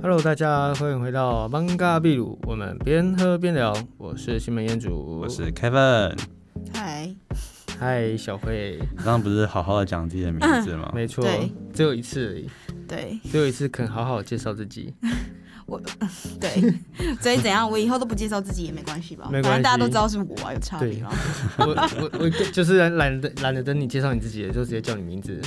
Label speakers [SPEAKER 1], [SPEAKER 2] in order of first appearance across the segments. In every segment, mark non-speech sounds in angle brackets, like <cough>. [SPEAKER 1] Hello，大家欢迎回到邦嘎秘鲁，我们边喝边聊。我是西门彦祖，
[SPEAKER 2] 我是 Kevin。
[SPEAKER 3] 嗨，
[SPEAKER 1] 嗨小慧，
[SPEAKER 2] 你刚刚不是好好的讲自己的名字吗？
[SPEAKER 1] 没错
[SPEAKER 3] 对，
[SPEAKER 1] 只有一次而已， <laughs>
[SPEAKER 3] 对
[SPEAKER 1] 只有一次肯好好介绍自
[SPEAKER 3] <laughs>
[SPEAKER 1] 己。
[SPEAKER 3] 我对，所以怎样，我以后都不介绍自己也没关系吧？
[SPEAKER 1] 没关系
[SPEAKER 3] 反正大家都知道是我啊，有差别吗？
[SPEAKER 1] 我我我就是懒懒得懒得等你介绍你自己了，就直接叫你名字。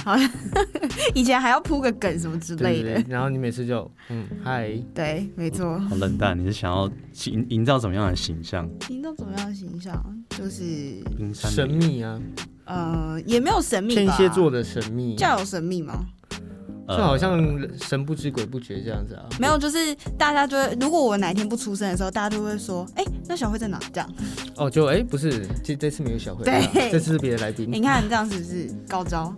[SPEAKER 3] 以前还要铺个梗什么之
[SPEAKER 1] 对
[SPEAKER 3] 类
[SPEAKER 1] 对
[SPEAKER 3] 的
[SPEAKER 1] 对，，然后你每次就嗯嗨，
[SPEAKER 3] 对，没错。
[SPEAKER 1] 嗯
[SPEAKER 2] 好冷淡，你是想要营营造怎么样的形象？
[SPEAKER 3] 营造怎么样的形象？就是
[SPEAKER 2] 冰山
[SPEAKER 1] 神
[SPEAKER 2] 美人
[SPEAKER 1] 秘啊，
[SPEAKER 3] 呃，也没有神秘
[SPEAKER 1] 天
[SPEAKER 3] 吧？
[SPEAKER 1] 蝎座的神秘，
[SPEAKER 3] 叫有神秘吗？
[SPEAKER 2] 呃
[SPEAKER 1] 就好像神不知鬼不觉这样子啊。
[SPEAKER 3] 没有，就是大家就会，如果我哪天不出声的时候，大家就会说，哎、那小慧在哪？这样，
[SPEAKER 1] 哦，就哎、不是，这这次没有小慧，啊
[SPEAKER 3] 对
[SPEAKER 1] 这次是别的来宾，
[SPEAKER 3] 你看这样是不是高招？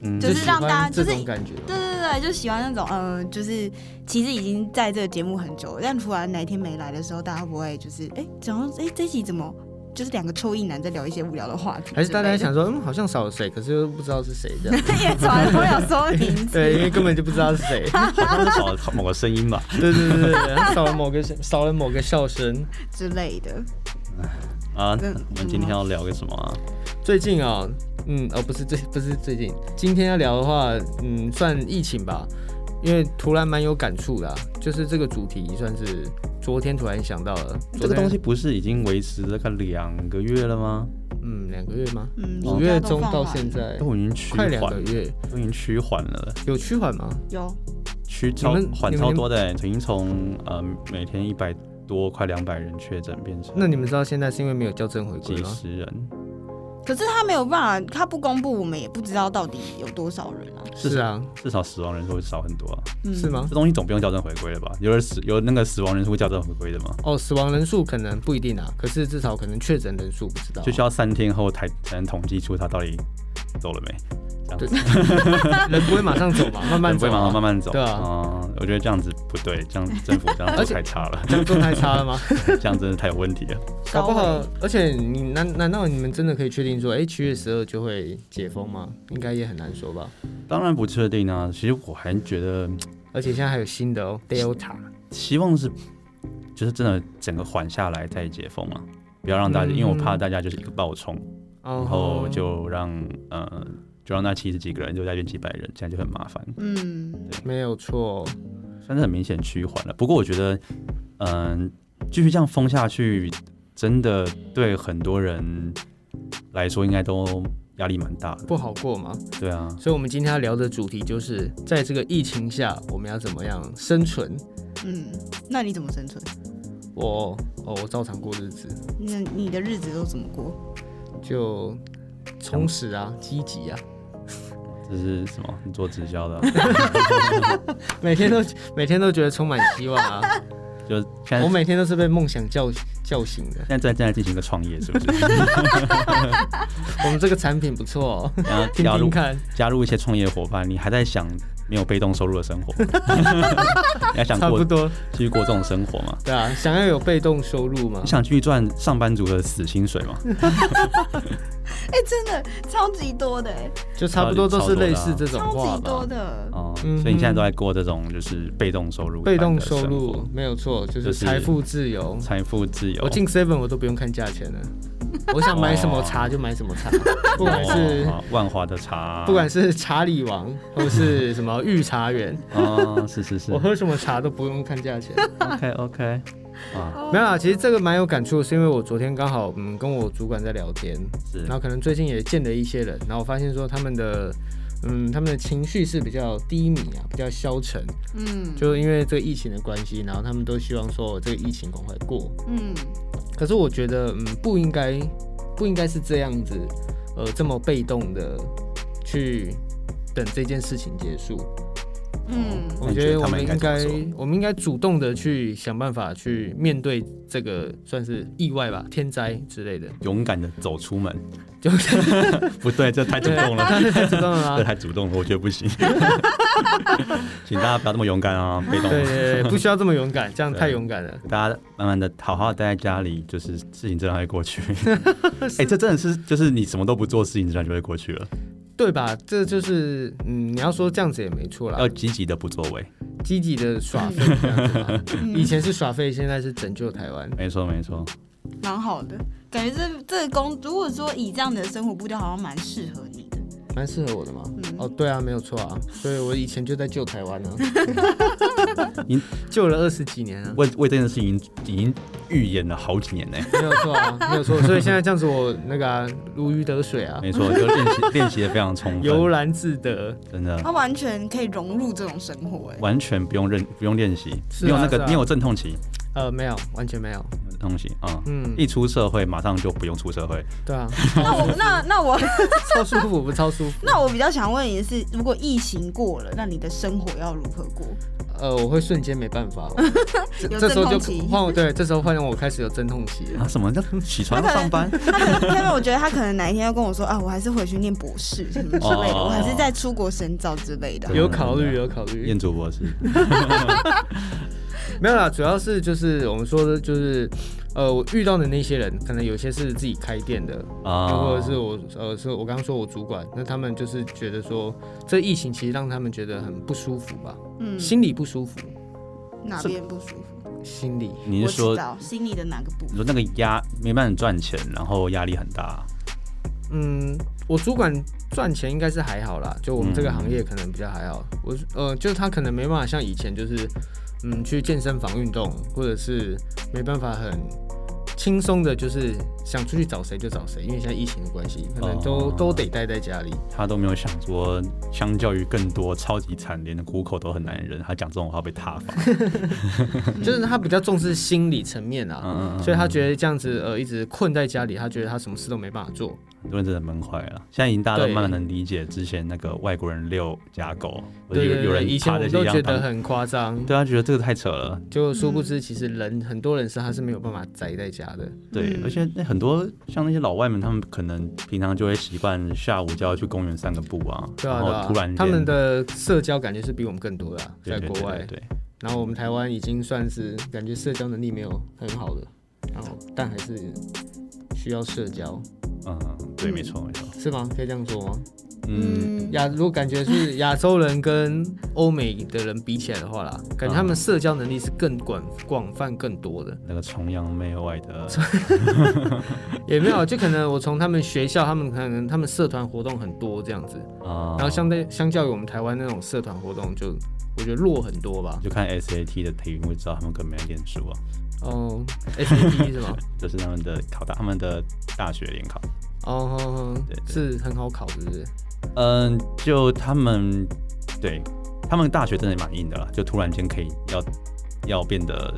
[SPEAKER 2] 嗯
[SPEAKER 3] 就是让大
[SPEAKER 1] 喜
[SPEAKER 3] 家
[SPEAKER 1] 欢这
[SPEAKER 3] 就是
[SPEAKER 1] 种感觉吗。
[SPEAKER 3] 对对对，就喜欢那种，嗯、就是其实已经在这个节目很久了，但突然哪一天没来的时候，大家会不会就是，哎、怎么，哎、这集怎么就是两个臭意男在聊一些无聊的话题之类的？
[SPEAKER 1] 还是大家想说，嗯，好像少了谁，可是又不知道是谁这 <laughs> 样。
[SPEAKER 3] <laughs> 也从来都没有说名字，
[SPEAKER 1] 对，因为根本就不知道是谁。
[SPEAKER 2] <laughs> 好像少了某个声音吧。
[SPEAKER 1] <laughs> 对对对对对，少了某个少了某个笑声。
[SPEAKER 3] 之类的，
[SPEAKER 2] 啊，
[SPEAKER 3] 嗯
[SPEAKER 2] 我们今天要聊个什么啊？
[SPEAKER 1] 最近啊、嗯，哦，不是最不是最近，今天要聊的话，嗯，算疫情吧，因为突然蛮有感触的啊、就是这个主题算是昨天突然想到了。
[SPEAKER 2] 这个
[SPEAKER 1] 昨
[SPEAKER 2] 东西
[SPEAKER 1] 天，
[SPEAKER 2] 不是已经维持了大概两个月了吗？
[SPEAKER 1] 嗯，两个月吗？
[SPEAKER 3] 嗯，
[SPEAKER 1] 五月中到现在
[SPEAKER 2] 都已经趋
[SPEAKER 1] 快两
[SPEAKER 2] 缓
[SPEAKER 1] 个，月，
[SPEAKER 2] 都已经趋缓了，
[SPEAKER 1] 有趋缓吗？
[SPEAKER 3] 有
[SPEAKER 2] 趋超
[SPEAKER 1] 你们
[SPEAKER 2] 缓
[SPEAKER 1] 你们
[SPEAKER 2] 超多的欸，曾经从呃每天一百多，快两百人确诊变成
[SPEAKER 1] 那你们知道现在是因为没有校正回归
[SPEAKER 2] 几
[SPEAKER 1] 吗？
[SPEAKER 2] 十人，
[SPEAKER 3] 可是他没有办法，他不公布，我们也不知道到底有多少人啊。
[SPEAKER 1] 是啊，
[SPEAKER 2] 至少死亡人数会少很多啊。
[SPEAKER 3] 嗯、
[SPEAKER 1] 是？吗？
[SPEAKER 2] 这东西总不用校正回归了吧？有人死有那个死亡人数会校正回归的吗？
[SPEAKER 1] 哦，死亡人数可能不一定啊，可是至少可能确诊人数不知道。啊
[SPEAKER 2] 就需要三天后才才能统计出他到底走了没，
[SPEAKER 1] 对，人不会马上走嘛，慢慢
[SPEAKER 2] 人不
[SPEAKER 1] 走、
[SPEAKER 2] 会马上
[SPEAKER 1] 啊
[SPEAKER 2] 慢。慢走。
[SPEAKER 1] 对啊
[SPEAKER 2] 嗯我觉得这样子不对，这样政府这样
[SPEAKER 1] 而 <laughs>
[SPEAKER 2] 做
[SPEAKER 1] 且
[SPEAKER 2] 太差了，
[SPEAKER 1] 这样做太差了 <laughs> 吗？
[SPEAKER 2] 这样真的太有问题了。
[SPEAKER 1] 搞不好，而且你难难道你们真的可以确定说，哎、七月十二就会解封吗？应该也很难说吧。
[SPEAKER 2] 当然不确定啊，其实我还觉得嗯
[SPEAKER 1] 而且现在还有新的哦，Delta。
[SPEAKER 2] 希望是，就是真的整个缓下来再解封嘛，不要让大家，
[SPEAKER 1] 嗯哦
[SPEAKER 2] 因为我怕大家就是一个爆冲，
[SPEAKER 1] 然
[SPEAKER 2] 然后就让呃就让那七十几个人就在变几百人，这样就很麻烦。
[SPEAKER 3] 嗯，
[SPEAKER 1] 没有错，哦
[SPEAKER 2] 算是很明显趋缓了。不过我觉得，嗯，继续这样封下去，真的对很多人来说应该都压力蛮大的。
[SPEAKER 1] 不好过嘛。
[SPEAKER 2] 对啊，
[SPEAKER 1] 所以，我们今天要聊的主题就是，在这个疫情下，我们要怎么样生存？
[SPEAKER 3] 嗯，那你怎么生存？
[SPEAKER 1] 我哦，我照常过日子，
[SPEAKER 3] 那你的日子都怎么过？
[SPEAKER 1] 就充实啊，积极啊，
[SPEAKER 2] 这是什么？你做直销的啊、
[SPEAKER 1] 每天都每天都觉得充满希望啊。
[SPEAKER 2] <laughs> 就现
[SPEAKER 1] <laughs>
[SPEAKER 2] 在
[SPEAKER 1] 我每天都是被梦想叫叫醒的。
[SPEAKER 2] 现在正在进行一个创业，
[SPEAKER 1] <laughs>
[SPEAKER 2] 是不是？
[SPEAKER 1] 我们这个产品不错、
[SPEAKER 2] <laughs>
[SPEAKER 1] 哦，
[SPEAKER 2] 然后
[SPEAKER 1] 听
[SPEAKER 2] 加
[SPEAKER 1] 听
[SPEAKER 2] 入
[SPEAKER 1] 看，
[SPEAKER 2] 加入一些创业伙伴，你还在想没有被动收入的生活？
[SPEAKER 1] <laughs>
[SPEAKER 2] 你还想
[SPEAKER 1] 差不
[SPEAKER 2] 过
[SPEAKER 1] 多。
[SPEAKER 2] 继续过这种生活吗？
[SPEAKER 1] 对啊，想要有被动收入嘛
[SPEAKER 2] 你？想继续赚上班族的死薪水吗？
[SPEAKER 1] 嗯
[SPEAKER 3] 哎、真的超级多的、哎，
[SPEAKER 1] 就差不多都是
[SPEAKER 2] 啊
[SPEAKER 1] 类似这种
[SPEAKER 3] 超
[SPEAKER 1] 话
[SPEAKER 3] 级多
[SPEAKER 1] 吧。
[SPEAKER 3] 的。
[SPEAKER 2] 哦、
[SPEAKER 1] 嗯
[SPEAKER 2] 所以你现在都在过这种就是被动收入、
[SPEAKER 1] 被动收入、没有错，就
[SPEAKER 2] 就是是
[SPEAKER 1] 财富自由。
[SPEAKER 2] 财富自由。
[SPEAKER 1] 我进 Seven 我都不用看价钱
[SPEAKER 2] <laughs>
[SPEAKER 1] 了，我想买什么茶就买什么茶，不管是
[SPEAKER 2] 哦万华的茶，
[SPEAKER 1] 不管是茶里王或是什么御茶园，
[SPEAKER 2] 哦，是 <laughs> 是是
[SPEAKER 1] <laughs> 我喝什么茶都不用看价钱。
[SPEAKER 2] ，OK OK，啊，
[SPEAKER 1] 没有啦，其实这个蛮有感触的，是因为我昨天刚好嗯跟我主管在聊天，
[SPEAKER 2] 是
[SPEAKER 1] 然后可能最近也见了一些人，然后我发现说他们的，嗯，他们的情绪是比较低迷啊，比较消沉，
[SPEAKER 3] 嗯
[SPEAKER 1] 就是因为这个疫情的关系，然后他们都希望说这个疫情赶快过。
[SPEAKER 3] 嗯，
[SPEAKER 1] 可是我觉得，嗯，不应该，不应该是这样子，呃，这么被动的去等这件事情结束。
[SPEAKER 3] 嗯，
[SPEAKER 1] 我
[SPEAKER 2] 那你觉
[SPEAKER 1] 觉
[SPEAKER 2] 得
[SPEAKER 1] 得我
[SPEAKER 2] 他们
[SPEAKER 1] 们
[SPEAKER 2] 应
[SPEAKER 1] 应
[SPEAKER 2] 该
[SPEAKER 1] 该
[SPEAKER 2] 怎么，
[SPEAKER 1] 我们应该主动的去想办法去面对这个算是意外吧，天灾之类
[SPEAKER 2] <laughs>
[SPEAKER 1] 的。
[SPEAKER 2] 勇敢的走出门，
[SPEAKER 1] 就
[SPEAKER 2] <laughs> 不对，这太主动了，
[SPEAKER 1] 太主动了、
[SPEAKER 2] 这
[SPEAKER 1] 啊。
[SPEAKER 2] 太主动了，我觉得不行， <laughs> 请大家不要这么勇敢啊，被动。
[SPEAKER 1] 对
[SPEAKER 2] <laughs>
[SPEAKER 1] 对对，不需要这么勇敢，这样太勇敢了。
[SPEAKER 2] 大家慢慢的好好地待在家里，就是事情自然会
[SPEAKER 1] <laughs>
[SPEAKER 2] 过去。哎、这真的是就是你什么都不做，事情自然就会过去了。
[SPEAKER 1] 对吧？这就是，嗯，你要说这样子也没错啦
[SPEAKER 2] 哦要。积极的不作为，
[SPEAKER 1] 积极的耍废这样子嘛。
[SPEAKER 3] 嗯
[SPEAKER 1] 以前是耍废，现在是拯救台湾。
[SPEAKER 2] 没错没错，
[SPEAKER 3] 蛮好的，感觉这这个工，如果说以这样的生活步调，好像蛮适合你的。
[SPEAKER 1] 蛮适合我的嘛。
[SPEAKER 3] 嗯
[SPEAKER 1] 哦，对啊，没有错啊，所以我以前就在救台湾呢、啊
[SPEAKER 2] <laughs> 你
[SPEAKER 1] 救了二十几年啊，
[SPEAKER 2] 为为这件事情已经预演了好几年呢、
[SPEAKER 1] 没有错啊，没有错。所以现在这样子，我那个、啊、如鱼得水啊，
[SPEAKER 2] 没错，就练习练习的非常充
[SPEAKER 1] 悠
[SPEAKER 2] 分，
[SPEAKER 1] 然自得。
[SPEAKER 2] 真的
[SPEAKER 3] 他完全可以融入这种生活、哎，
[SPEAKER 2] 完全不用认不用练习。
[SPEAKER 1] 是啊
[SPEAKER 2] 你有那
[SPEAKER 1] 是
[SPEAKER 2] 个
[SPEAKER 1] 啊
[SPEAKER 2] 你有阵痛期，
[SPEAKER 1] 呃，没有，完全没有。
[SPEAKER 2] 阵痛期啊，
[SPEAKER 1] 嗯，
[SPEAKER 2] 一出社会马上就不用出社会，
[SPEAKER 1] 对啊，
[SPEAKER 3] 那我那那我
[SPEAKER 1] 超舒服，不超舒服。
[SPEAKER 3] 那我比较想问你的是，如果疫情过了，那你的生活要如何过？ <laughs>
[SPEAKER 1] 呃，我会瞬间没办法，这
[SPEAKER 3] 有
[SPEAKER 1] 这时候
[SPEAKER 3] 阵
[SPEAKER 1] 就
[SPEAKER 3] 痛期
[SPEAKER 1] 换我，对，这时候换让我开始有阵痛期了。
[SPEAKER 2] 啊，什么叫
[SPEAKER 1] <laughs>
[SPEAKER 2] 起床
[SPEAKER 3] 他可能
[SPEAKER 2] 上班？
[SPEAKER 3] 他可能，他们我觉得他可能哪一天要跟我说啊，我还是回去念博士什么之类的，
[SPEAKER 2] 哦
[SPEAKER 3] 我还是在出国深造之类的。
[SPEAKER 1] 有考虑，有考虑
[SPEAKER 2] 彦。祖博士，
[SPEAKER 1] 没有啦，主要是就是我们说的，就是呃，我遇到的那些人，可能有些是自己开店的，
[SPEAKER 2] 啊
[SPEAKER 1] 或者是我呃，是我刚刚说我主管，那他们就是觉得说，这疫情其实让他们觉得很不舒服吧，
[SPEAKER 3] 嗯，
[SPEAKER 1] 心里不舒服，
[SPEAKER 3] 哪边不舒服？
[SPEAKER 1] 心里
[SPEAKER 2] 你
[SPEAKER 3] 我
[SPEAKER 2] 是说
[SPEAKER 3] 知道心里的哪个部
[SPEAKER 2] 你
[SPEAKER 3] 分？
[SPEAKER 2] 说那个压没办法赚钱，然后压力很大，
[SPEAKER 1] 嗯，我主管赚钱应该是还好啦，就我们这个
[SPEAKER 2] 嗯
[SPEAKER 1] 行业可能比较还好。我呃，就是他可能没办法像以前，就是嗯去健身房运动，或者是没办法很轻松的，就是想出去找谁就找谁，因为现在疫情的关系，可能都、
[SPEAKER 2] 哦
[SPEAKER 1] 都得待在家里。
[SPEAKER 2] 他都没有想说，相较于更多超级惨，连苦口都很难忍，他讲这种话被
[SPEAKER 1] <laughs>
[SPEAKER 2] 挞伐。
[SPEAKER 1] 就是他比较重视心理层面啊，
[SPEAKER 2] 嗯嗯嗯
[SPEAKER 1] 所以他觉得这样子呃一直困在家里，他觉得他什么事都没办法做。
[SPEAKER 2] 很多人真的闷坏了。现在已经大家都
[SPEAKER 1] 对
[SPEAKER 2] 慢慢能理解之前那个外国人遛家狗，或者
[SPEAKER 1] 对
[SPEAKER 2] 有
[SPEAKER 1] 对
[SPEAKER 2] 有
[SPEAKER 1] 对，
[SPEAKER 2] 人
[SPEAKER 1] 以前
[SPEAKER 2] 爬
[SPEAKER 1] 我们
[SPEAKER 2] 着一
[SPEAKER 1] 都觉
[SPEAKER 2] 样
[SPEAKER 1] 得
[SPEAKER 2] 当，
[SPEAKER 1] 很夸张，
[SPEAKER 2] 对他觉得这个太扯了。
[SPEAKER 1] 就殊不知其实人很多人是他是没有办法宅在家的。
[SPEAKER 2] 对，
[SPEAKER 3] 嗯
[SPEAKER 2] 而且那很多像那些老外们，他们可能平常就会习惯下午就要去公园散个步啊，
[SPEAKER 1] 对啊，
[SPEAKER 2] 然
[SPEAKER 1] 对
[SPEAKER 2] 后
[SPEAKER 1] 啊，
[SPEAKER 2] 突然间
[SPEAKER 1] 他们的社交感觉是比我们更多的啊、
[SPEAKER 2] 对
[SPEAKER 1] 在
[SPEAKER 2] 对
[SPEAKER 1] 国外。
[SPEAKER 2] 对对对
[SPEAKER 1] 然后我们台湾已经算是感觉社交能力没有很好的，然后但还是需要社交，
[SPEAKER 2] 嗯，对，
[SPEAKER 3] 嗯
[SPEAKER 2] 没错没错，
[SPEAKER 1] 是吗？可以这样说吗？
[SPEAKER 2] 嗯，
[SPEAKER 1] 亚如果感觉
[SPEAKER 2] <laughs>
[SPEAKER 1] 是亚洲人跟欧美的人比起来的话啦，感觉
[SPEAKER 2] 啊
[SPEAKER 1] 他们社交能力是更广广泛更多的，
[SPEAKER 2] 那个崇洋媚外的，
[SPEAKER 1] 也没有，啊就可能我从他们学校，他们可能他们社团活动很多这样子，
[SPEAKER 2] 啊，
[SPEAKER 1] 然后相对相较于我们台湾那种社团活动就，我觉得弱很多吧。
[SPEAKER 2] 就看 SAT 的题目，知道他们根本没有念书啊，
[SPEAKER 1] 哦，SAT 是吗？
[SPEAKER 2] 这是他们的考大他们的大学联考。
[SPEAKER 1] 哦，哼哼
[SPEAKER 2] 对
[SPEAKER 1] 是很好考，是不是？
[SPEAKER 2] 嗯，就他们对他们大学真的蛮硬的啦，就突然间可以要要变得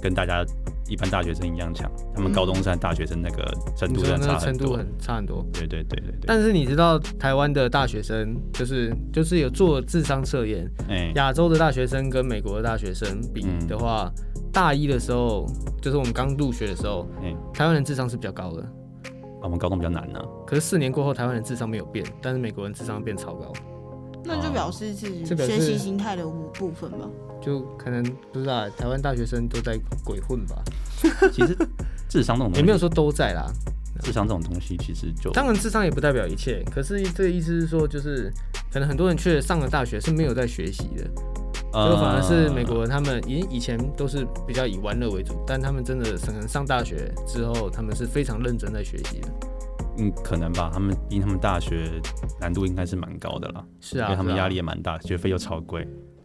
[SPEAKER 2] 跟大家一般大学生一样强，他们
[SPEAKER 3] 嗯
[SPEAKER 2] 高中生、大学生那个程
[SPEAKER 1] 你
[SPEAKER 2] 度
[SPEAKER 1] 说
[SPEAKER 2] 真的
[SPEAKER 1] 那
[SPEAKER 2] 差
[SPEAKER 1] 个程
[SPEAKER 2] 多。
[SPEAKER 1] 度很差很多。
[SPEAKER 2] 对对对对对，
[SPEAKER 1] 但是你知道台湾的大学生就是就是有做智商测验，
[SPEAKER 2] 哎、
[SPEAKER 1] 亚洲的大学生跟美国的大学生比
[SPEAKER 2] 嗯
[SPEAKER 1] 的话，大一的时候就是我们刚入学的时候，
[SPEAKER 2] 哎
[SPEAKER 1] 台湾人智商是比较高的。
[SPEAKER 2] 我们高中比较难啊呢、
[SPEAKER 1] 可是四年过后，台湾人智商没有变，但是美国人智商变超高，
[SPEAKER 3] 那就表示是
[SPEAKER 1] 这表示
[SPEAKER 3] 学习心态的部部分吧。
[SPEAKER 1] 就可能不知道啊台湾大学生都在鬼混吧，
[SPEAKER 2] 其实 <laughs> 智商这种东西，
[SPEAKER 1] 也没有说都在啦，
[SPEAKER 2] 智商这种东西，其实就
[SPEAKER 1] 当然，智商也不代表一切。可是这个意思是说，就是可能很多人却上了大学是没有在学习的，
[SPEAKER 2] 啊
[SPEAKER 1] 就反而是美国人他们以以前都是比较以玩乐为主，但他们真的可能上大学之后，他们是非常认真在学习的。
[SPEAKER 2] 嗯，可能吧，他们因为他们大学难度应该是蛮高的啦，
[SPEAKER 1] 是啊，
[SPEAKER 2] 因为他们
[SPEAKER 1] 是啊
[SPEAKER 2] 压力也蛮大，学费又超贵。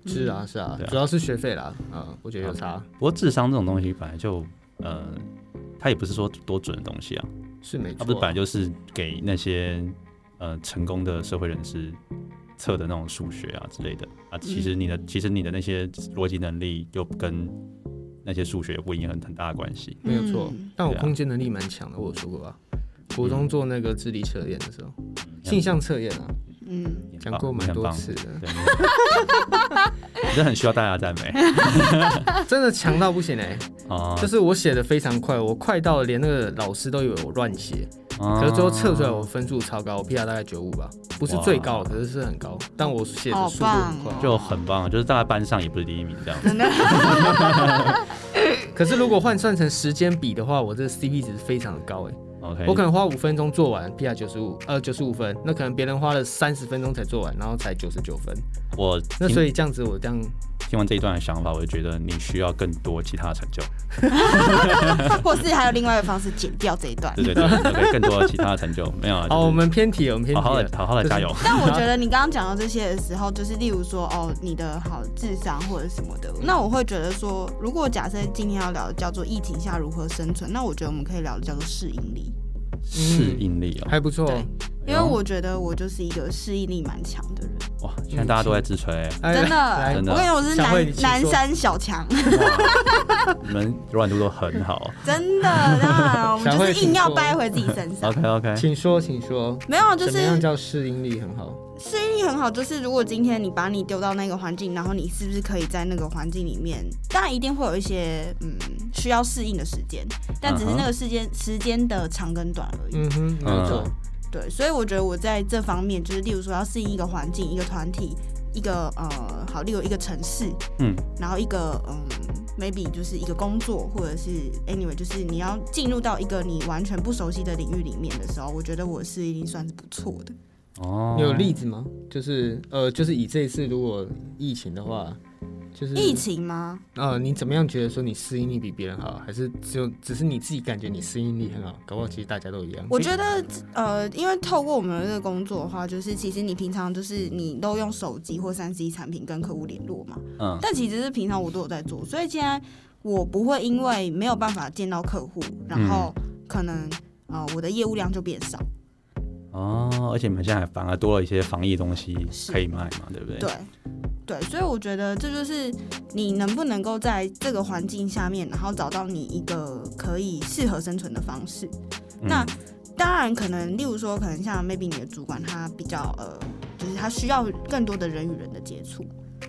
[SPEAKER 1] 是啊是啊
[SPEAKER 2] 对，啊
[SPEAKER 1] 主要是学费啦，啊，我觉得有差
[SPEAKER 2] 不过智商这种东西本来就，呃，它也不是说多准的东西啊，
[SPEAKER 1] 是没
[SPEAKER 2] 它不是
[SPEAKER 1] 错
[SPEAKER 2] 本来
[SPEAKER 1] 啊。
[SPEAKER 2] 就是给那些呃成功的社会人士测的那种数学啊之类的
[SPEAKER 1] 嗯
[SPEAKER 2] 啊。其实你的、其实你的那些逻辑能力又跟那些数学有不一样很很大的关系。
[SPEAKER 1] 没有错
[SPEAKER 3] 嗯，
[SPEAKER 1] 但我
[SPEAKER 2] 对啊
[SPEAKER 1] 空间能力蛮强的，我有说过吧？国中做那个智力测验的时候，
[SPEAKER 2] 这样
[SPEAKER 1] 性向测验啊，
[SPEAKER 3] <laughs> 嗯，
[SPEAKER 2] 你很
[SPEAKER 1] 讲
[SPEAKER 2] 棒
[SPEAKER 1] 过蛮多。次的，
[SPEAKER 2] 你很棒对，你很你真的很需要大家赞
[SPEAKER 1] <laughs>
[SPEAKER 2] 美
[SPEAKER 1] 真的强到不行哎、
[SPEAKER 2] 啊！
[SPEAKER 1] 就是我写的非常快，我快到连那个老师都以为我乱写，
[SPEAKER 2] 可
[SPEAKER 1] 可是最后测出
[SPEAKER 2] 啊
[SPEAKER 1] 来我分数超高，我 PR 大概九五吧，不是最高，可是是很高，但我写的速度很
[SPEAKER 3] 好棒
[SPEAKER 1] 快
[SPEAKER 3] 哦。
[SPEAKER 2] 就很棒，就是大家班上也不是第一名这样。
[SPEAKER 3] 真的
[SPEAKER 1] 可是如果换算成时间比的话，我这 CP 值非常的高哎，
[SPEAKER 2] OK，
[SPEAKER 1] 我可能花五分钟做完 PR 九十五，呃，九十五分，那可能别人花了三十分钟才做完，然后才九十九分。
[SPEAKER 2] 我
[SPEAKER 1] 那
[SPEAKER 2] 听
[SPEAKER 1] 所以这样子，我这样
[SPEAKER 2] 听完这一段的想法，我就觉得你需要更多其他成就，
[SPEAKER 3] <laughs> 或是还有另外一个方式剪掉这一段。
[SPEAKER 2] <laughs> 对对对对对，更多其他的成就没有啊？
[SPEAKER 1] 哦，
[SPEAKER 2] 就
[SPEAKER 1] 我
[SPEAKER 2] 是
[SPEAKER 1] 们偏题了，我们偏
[SPEAKER 2] 好
[SPEAKER 1] 题
[SPEAKER 2] 好
[SPEAKER 1] 了
[SPEAKER 2] 的，好好的加油。
[SPEAKER 3] 但我觉得你刚刚讲到这些的时候，就是例如说，哦，你的好智商或者什么的，那我会觉得说，如果假设今天要聊的叫做疫情下如何生存，那我觉得我们可以聊的叫做适应力，
[SPEAKER 2] 适应力哦，
[SPEAKER 1] 还不错。
[SPEAKER 3] 对因为
[SPEAKER 2] 哎呦
[SPEAKER 3] 我觉得我就是一个适应力蛮强的人，
[SPEAKER 2] 哇，现在大家都在自吹，
[SPEAKER 1] 哎
[SPEAKER 3] 真
[SPEAKER 1] 来
[SPEAKER 3] 的，
[SPEAKER 2] 真的
[SPEAKER 3] 我跟你讲，我是
[SPEAKER 1] 小慧你
[SPEAKER 3] 南
[SPEAKER 1] 请
[SPEAKER 3] 南
[SPEAKER 1] 说
[SPEAKER 3] 山小强， <laughs>
[SPEAKER 2] 哇你们柔软度都很好。哦
[SPEAKER 3] 真的，当然我们
[SPEAKER 1] 小
[SPEAKER 3] 就
[SPEAKER 1] 慧
[SPEAKER 3] 是硬
[SPEAKER 1] 请
[SPEAKER 3] 要
[SPEAKER 1] 说
[SPEAKER 3] 掰回自己身上。
[SPEAKER 2] OK OK，
[SPEAKER 1] 请说，请说，
[SPEAKER 3] 没有，啊就
[SPEAKER 1] 怎么样
[SPEAKER 3] 是
[SPEAKER 1] 叫适应力很好？
[SPEAKER 3] 适应力很好，就是如果今天你把你丢到那个环境，然后你是不是可以在那个环境里面？当然一定会有一些嗯需要适应的时间，但只是
[SPEAKER 2] 嗯哼
[SPEAKER 3] 那个时间时间的长跟短而已。
[SPEAKER 1] 嗯哼，没
[SPEAKER 2] 嗯
[SPEAKER 1] 错。
[SPEAKER 3] 对，所以我觉得我在这方面，就是例如说要适应一个环境、一个团体、一个呃，好，例如一个城市，
[SPEAKER 2] 嗯，
[SPEAKER 3] 然后一个嗯，maybe 就是一个工作，或者是 anyway，就是你要进入到一个你完全不熟悉的领域里面的时候，我觉得我适应力算是不错的。
[SPEAKER 2] 哦，
[SPEAKER 1] 你有例子吗？就是呃，就是以这一次如果疫情的话，就是
[SPEAKER 2] 嗯
[SPEAKER 3] 疫情吗？
[SPEAKER 1] 呃，你怎么样觉得说你适应力比别人好，还是只有只是你自己感觉你适应力很好？搞不好其实大家都一样。
[SPEAKER 3] 我觉得，呃，因为透过我们的这个工作的话，就是其实你平常就是你都用手机或三 C 产品跟客户联络嘛，
[SPEAKER 2] 嗯，
[SPEAKER 3] 但其实是平常我都有在做，所以现在我不会因为没有办法见到客户，然后可能、呃我的业务量就变少，
[SPEAKER 2] 哦，而且你们现在反而多了一些防疫东西
[SPEAKER 3] 是
[SPEAKER 2] 可以卖嘛，对不对？
[SPEAKER 3] 对。对，所以我觉得这就是你能不能够在这个环境下面，然后找到你一个可以适合生存的方式。
[SPEAKER 2] 嗯，
[SPEAKER 3] 那当然，可能例如说，可能像 maybe 你的主管他比较呃，就是他需要更多的人与人的接触。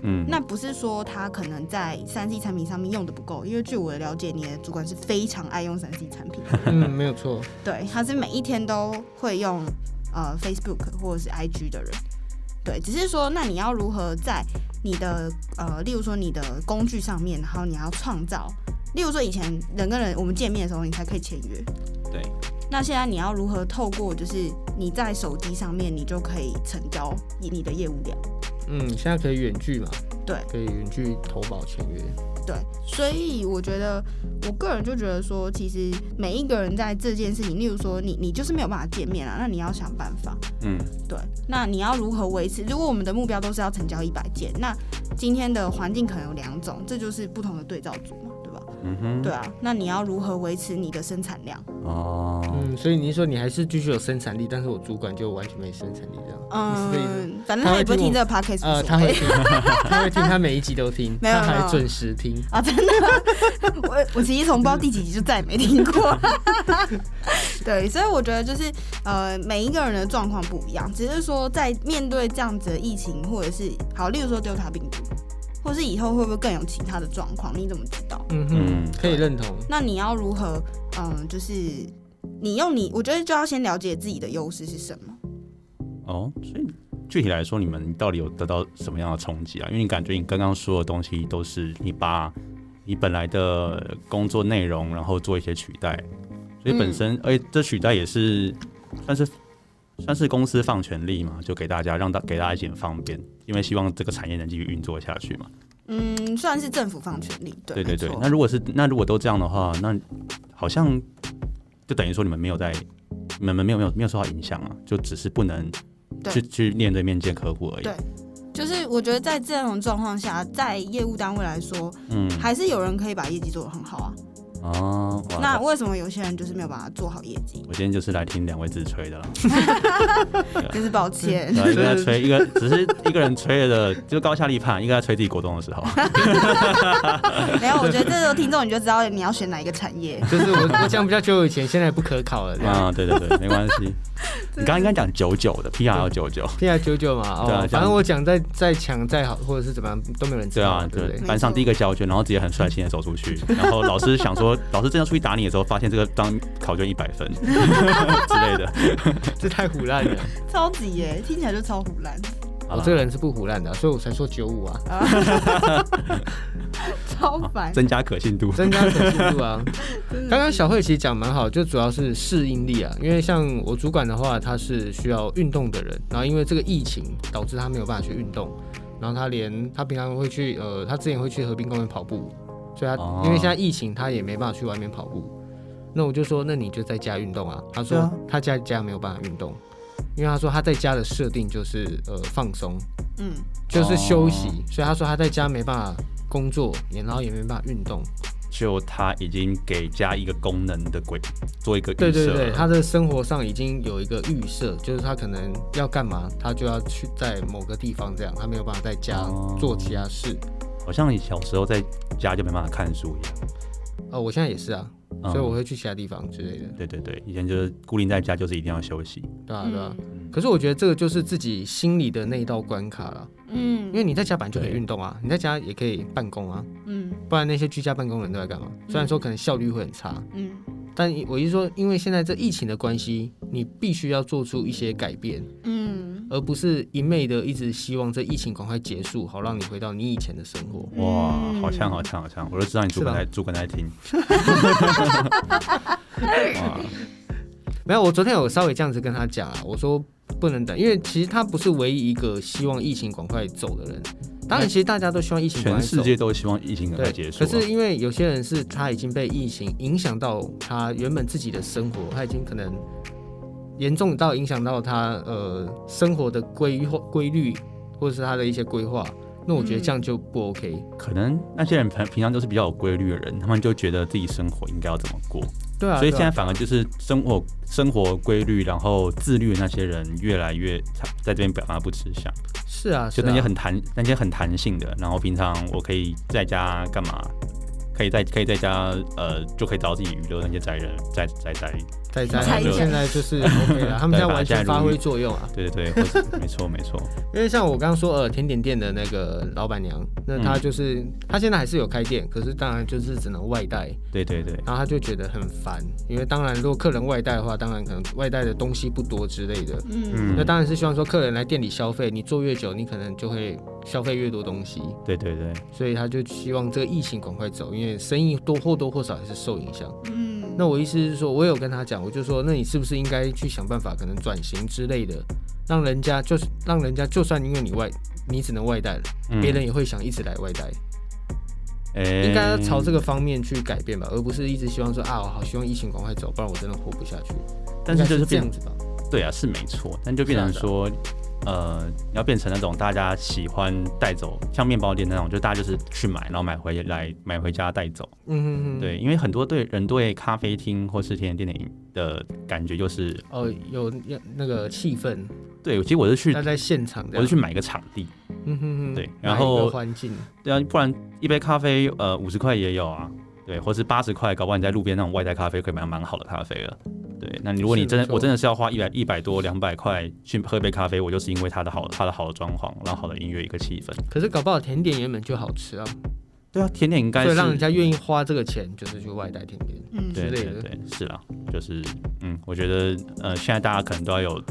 [SPEAKER 2] 嗯，
[SPEAKER 3] 那不是说他可能在三 C 产品上面用的不够，因为据我的了解，你的主管是非常爱用三 C 产品的，
[SPEAKER 1] 嗯，没有错。
[SPEAKER 3] 对，他是每一天都会用呃 Facebook 或者是 IG 的人。对，只是说，那你要如何在你的呃，例如说你的工具上面，然后你要创造，例如说以前人跟人我们见面的时候，你才可以签约，
[SPEAKER 2] 对，
[SPEAKER 3] 那现在你要如何透过就是你在手机上面，你就可以成交你的业务量？
[SPEAKER 1] 嗯，现在可以远距嘛？
[SPEAKER 3] 对
[SPEAKER 1] 可以远距投保签约。
[SPEAKER 3] 对，所以我觉得我个人就觉得说，其实每一个人在这件事情，例如说你你就是没有办法见面啊，那你要想办法。
[SPEAKER 2] 嗯，
[SPEAKER 3] 对，那你要如何维持？如果我们的目标都是要成交一百件，那今天的环境可能有两种，这就是不同的对照组嘛，对吧？
[SPEAKER 2] 嗯哼，
[SPEAKER 3] 对，啊，那你要如何维持你的生产量？
[SPEAKER 2] 哦，
[SPEAKER 1] 嗯，所以你是说你还是继续有生产力，但是我主管就完全没生产力这样。你是这意思？
[SPEAKER 3] 嗯，反正他也不会听这个 podcast，
[SPEAKER 1] 呃，
[SPEAKER 3] 无
[SPEAKER 1] 他会
[SPEAKER 3] 所谓
[SPEAKER 1] 听， <laughs> 他会听，他每一集都听，
[SPEAKER 3] 没有
[SPEAKER 1] 他
[SPEAKER 3] 没
[SPEAKER 1] 还
[SPEAKER 3] 有
[SPEAKER 1] 准时听。
[SPEAKER 3] 啊，真的， <laughs> 我我其实从不知道第几集就再也没听过。 <laughs> 对，所以我觉得就是呃，每一个人的状况不一样，只是说在面对这样子的疫情，或者是好，例如说 Delta 病毒，或是以后会不会更有其他的状况，你怎么知道？
[SPEAKER 1] 嗯哼，
[SPEAKER 2] 嗯，
[SPEAKER 1] 可以认同。
[SPEAKER 3] 那你要如何，嗯、就是你用你，我觉得就要先了解自己的优势是什么。
[SPEAKER 2] 哦，所以具体来说，你们到底有得到什么样的冲击啊？因为你感觉你刚刚说的东西都是你把你本来的工作内容，然后做一些取代，所以
[SPEAKER 3] 嗯
[SPEAKER 2] 本身，而且这取代也是算是算是公司放权利嘛，就给大家让大给大家一点方便，因为希望这个产业能继续运作下去嘛。
[SPEAKER 3] 嗯，算是政府放权力，
[SPEAKER 2] 对
[SPEAKER 3] 对
[SPEAKER 2] 对对
[SPEAKER 3] 没，错
[SPEAKER 2] 那如果是那如果都这样的话，那好像就等于说你们没有在，你们没有没有没有受到影响啊，就只是不能
[SPEAKER 3] 对
[SPEAKER 2] 去去面对面见客户而已
[SPEAKER 3] 对。就是我觉得在这种状况下，在业务单位来说，
[SPEAKER 2] 嗯，
[SPEAKER 3] 还是有人可以把业绩做得很好啊。
[SPEAKER 2] 哦，哇
[SPEAKER 3] 那为什么有些人就是没有办法做好业绩？
[SPEAKER 2] 我今天就是来听两位自
[SPEAKER 1] <laughs>
[SPEAKER 2] 吹的啦，
[SPEAKER 3] 就是抱歉，
[SPEAKER 2] 然后一个在吹，一个只是一个人吹的，就高下立判，一个在吹自己果冻
[SPEAKER 1] <laughs>
[SPEAKER 2] 的时候，
[SPEAKER 3] 没有，我觉得这时候听众你就知道你要选哪一个产业。
[SPEAKER 1] 就是我我讲比较久以前，现在不可考了。这样
[SPEAKER 2] 啊，对对对，没关
[SPEAKER 1] <laughs>
[SPEAKER 2] 系。你刚刚应该讲九九的，P R 要九九，
[SPEAKER 1] P R 九九嘛，
[SPEAKER 2] 对啊
[SPEAKER 1] 哦，
[SPEAKER 2] 这样
[SPEAKER 1] 反正我讲再再强再好，或者是怎么样，都没有人知
[SPEAKER 2] 对
[SPEAKER 1] 道
[SPEAKER 2] 啊
[SPEAKER 1] 嘛，，对不
[SPEAKER 2] 对
[SPEAKER 1] 对，？
[SPEAKER 2] 班上第一个交卷，然后直接很率性的走出去，然后老师想说，老师正要出去打你的时候，发现这个当考卷一百分之类的。
[SPEAKER 1] 这 <laughs> 太胡乱了。哦
[SPEAKER 3] 超级耶，听起来就超胡乱。
[SPEAKER 2] <laughs> 好
[SPEAKER 1] 我
[SPEAKER 2] 啦
[SPEAKER 1] 啊这个人是不胡乱的，所以我才说九五啊。
[SPEAKER 3] 超烦，
[SPEAKER 2] 增加可信度。
[SPEAKER 1] 增加可信度啊。
[SPEAKER 3] <laughs> 真的
[SPEAKER 1] 刚刚
[SPEAKER 3] 是
[SPEAKER 1] 小慧其实讲蛮好，就主要是适应力啊，因为像我主管的话，他是需要运动的人，然后因为这个疫情导致他没有办法去运动，然后他连他平常会去呃，他之前会去河滨公园跑步，所以他、
[SPEAKER 2] 哦
[SPEAKER 1] 因为现在疫情，他也没办法去外面跑步。那我就说，那你就在家运动啊。他
[SPEAKER 2] 对
[SPEAKER 1] 说
[SPEAKER 2] 啊
[SPEAKER 1] 他在家没有办法运动，因为他说他在家的设定就是呃放松，
[SPEAKER 3] 嗯，
[SPEAKER 1] 就是休息，
[SPEAKER 2] 哦
[SPEAKER 1] 所以他说他在家没办法工作，也然后也没办法运动。
[SPEAKER 2] 就它已经给加一个功能的规，做一个
[SPEAKER 1] 对
[SPEAKER 2] 预
[SPEAKER 1] 对
[SPEAKER 2] 设了。
[SPEAKER 1] 对，他的生活上已经有一个预设，就是他可能要干嘛，他就要去在某个地方这样，他没有办法在家
[SPEAKER 2] 哦
[SPEAKER 1] 做其他事。
[SPEAKER 2] 好像你小时候在家就没办法看书一样。
[SPEAKER 1] 哦，我现在也是啊，
[SPEAKER 2] 嗯
[SPEAKER 1] 所以我会去其他地方之类的，
[SPEAKER 2] 对对对，以前就是固定在家，就是一定要休息。
[SPEAKER 1] 对啊
[SPEAKER 3] 嗯
[SPEAKER 1] 对啊。
[SPEAKER 2] 嗯
[SPEAKER 1] 可是我觉得这个就是自己心里的那一道关卡了，
[SPEAKER 3] 嗯
[SPEAKER 1] 因为你在家本来就可以
[SPEAKER 2] 对
[SPEAKER 1] 运动啊，你在家也可以办公啊，
[SPEAKER 3] 嗯
[SPEAKER 1] 不然那些居家办公人都在干嘛？虽然说可能效率会很差，
[SPEAKER 3] 嗯
[SPEAKER 1] 但我一说，因为现在这疫情的关系，你必须要做出一些改变，
[SPEAKER 3] 嗯，
[SPEAKER 1] 而不是一昧的一直希望这疫情赶快结束，好让你回到你以前的生活。
[SPEAKER 2] 哇，好像
[SPEAKER 3] 像
[SPEAKER 2] 好像好像，我就知道你主管在主管在听。哇，
[SPEAKER 1] 没有，我昨天有稍微这样子跟他讲啊，我说不能等，因为其实他不是唯一一个希望疫情赶快走的人。当然，其实大家都希望疫情赶
[SPEAKER 2] 全
[SPEAKER 1] 快走
[SPEAKER 2] 世界都希望疫情赶快结
[SPEAKER 1] 对，
[SPEAKER 2] 束、
[SPEAKER 1] 可
[SPEAKER 2] 啊。
[SPEAKER 1] 是因为有些人是他已经被疫情影响到他原本自己的生活，他已经可能严重到影响到他呃生活的规划规律，或者是他的一些规划。那我觉得这样就不 OK。
[SPEAKER 2] 可能那些人平平常都是比较有规律的人，他们就觉得自己生活应该要怎么过，
[SPEAKER 1] 对啊，
[SPEAKER 2] 所以
[SPEAKER 1] 对
[SPEAKER 2] 现
[SPEAKER 1] 啊
[SPEAKER 2] 在反而就是生活生活规律，然后自律的那些人越来越在这边表达不吃香，
[SPEAKER 1] 是啊，
[SPEAKER 2] 就是那
[SPEAKER 1] 啊
[SPEAKER 2] 些很弹那些很弹性的，然后平常我可以在家干嘛，可以在可以在家呃就可以找自己娱乐那些宅人宅宅宅，
[SPEAKER 1] 在在
[SPEAKER 3] 才
[SPEAKER 2] 有
[SPEAKER 1] 现在就是 OK 了，他们
[SPEAKER 2] 对
[SPEAKER 1] 现在
[SPEAKER 2] 把
[SPEAKER 1] 完
[SPEAKER 2] 现在
[SPEAKER 1] 全发
[SPEAKER 2] 如
[SPEAKER 1] 挥
[SPEAKER 2] 意
[SPEAKER 1] 作用啊。
[SPEAKER 2] 对对对，或是 <laughs> 没错没错，
[SPEAKER 1] 因为像我刚刚说，呃，甜点店的那个老板娘，那她就是、她现在还是有开店，可是当然就是只能外带，
[SPEAKER 2] 对对对，
[SPEAKER 1] 然后她就觉得很烦，因为当然如果客人外带的话，当然可能外带的东西不多之类的，
[SPEAKER 3] 嗯
[SPEAKER 2] 嗯
[SPEAKER 1] 那，当然是希望说客人来店里消费，你做越久，你可能就会消费越多东西，
[SPEAKER 2] 对对对，
[SPEAKER 1] 所以她就希望这个疫情赶快走，因为生意多或多或少还是受影响。
[SPEAKER 3] 嗯，
[SPEAKER 1] 那我意思是说，我有跟他讲，我就说，那你是不是应该去想办法，可能转型之类的，让人家就是让人家，就算因为你外，你只能外带了，
[SPEAKER 2] 嗯
[SPEAKER 1] 别、人也会想一直来外带，
[SPEAKER 2] 诶
[SPEAKER 1] 应该要朝这个方面去改变吧，而不是一直希望说啊，我好希望疫情赶快走，不然我真的活不下去。
[SPEAKER 2] 但是
[SPEAKER 1] 应该
[SPEAKER 2] 就是
[SPEAKER 1] 这
[SPEAKER 2] 变
[SPEAKER 1] 样子吧，啊
[SPEAKER 2] 对啊，是没错，但就变成说，呃，你要变成那种大家喜欢带走，像面包店那种，就大家就是去买，然后买回来买回家带走。
[SPEAKER 1] 嗯哼哼，，
[SPEAKER 2] 对，因为很多对人对咖啡厅或是甜点店的的感觉就是，
[SPEAKER 1] 哦，有有那个气氛，
[SPEAKER 2] 对，其实我是去
[SPEAKER 1] 他在现场这
[SPEAKER 2] 我
[SPEAKER 1] 样，
[SPEAKER 2] 是去买个场地，
[SPEAKER 1] 嗯哼哼，
[SPEAKER 2] 对
[SPEAKER 1] 哪
[SPEAKER 2] 然
[SPEAKER 1] 一个
[SPEAKER 2] 后
[SPEAKER 1] 环境，
[SPEAKER 2] 对啊，不然一杯咖啡呃五十块也有啊。对，或是八十块，搞不好你在路边那种外带咖啡可以买到蛮好的咖啡了。对，那你如果你
[SPEAKER 1] 是
[SPEAKER 2] 真的
[SPEAKER 1] 没，错
[SPEAKER 2] 我真的是要花一百一百多两百块去喝杯咖啡，我就是因为它的好，它的好的装潢，然后好的音乐一个气氛。
[SPEAKER 1] 可是搞不好甜点原本就好吃啊，
[SPEAKER 2] 对啊，甜点应该
[SPEAKER 1] 所
[SPEAKER 2] 是
[SPEAKER 1] 以让人家愿意花这个钱，就是去外带甜点。
[SPEAKER 3] 嗯
[SPEAKER 2] 对
[SPEAKER 1] 之
[SPEAKER 2] 对
[SPEAKER 1] 类的
[SPEAKER 2] 对，是啦，就是嗯，我觉得呃，现在大家可能都要有，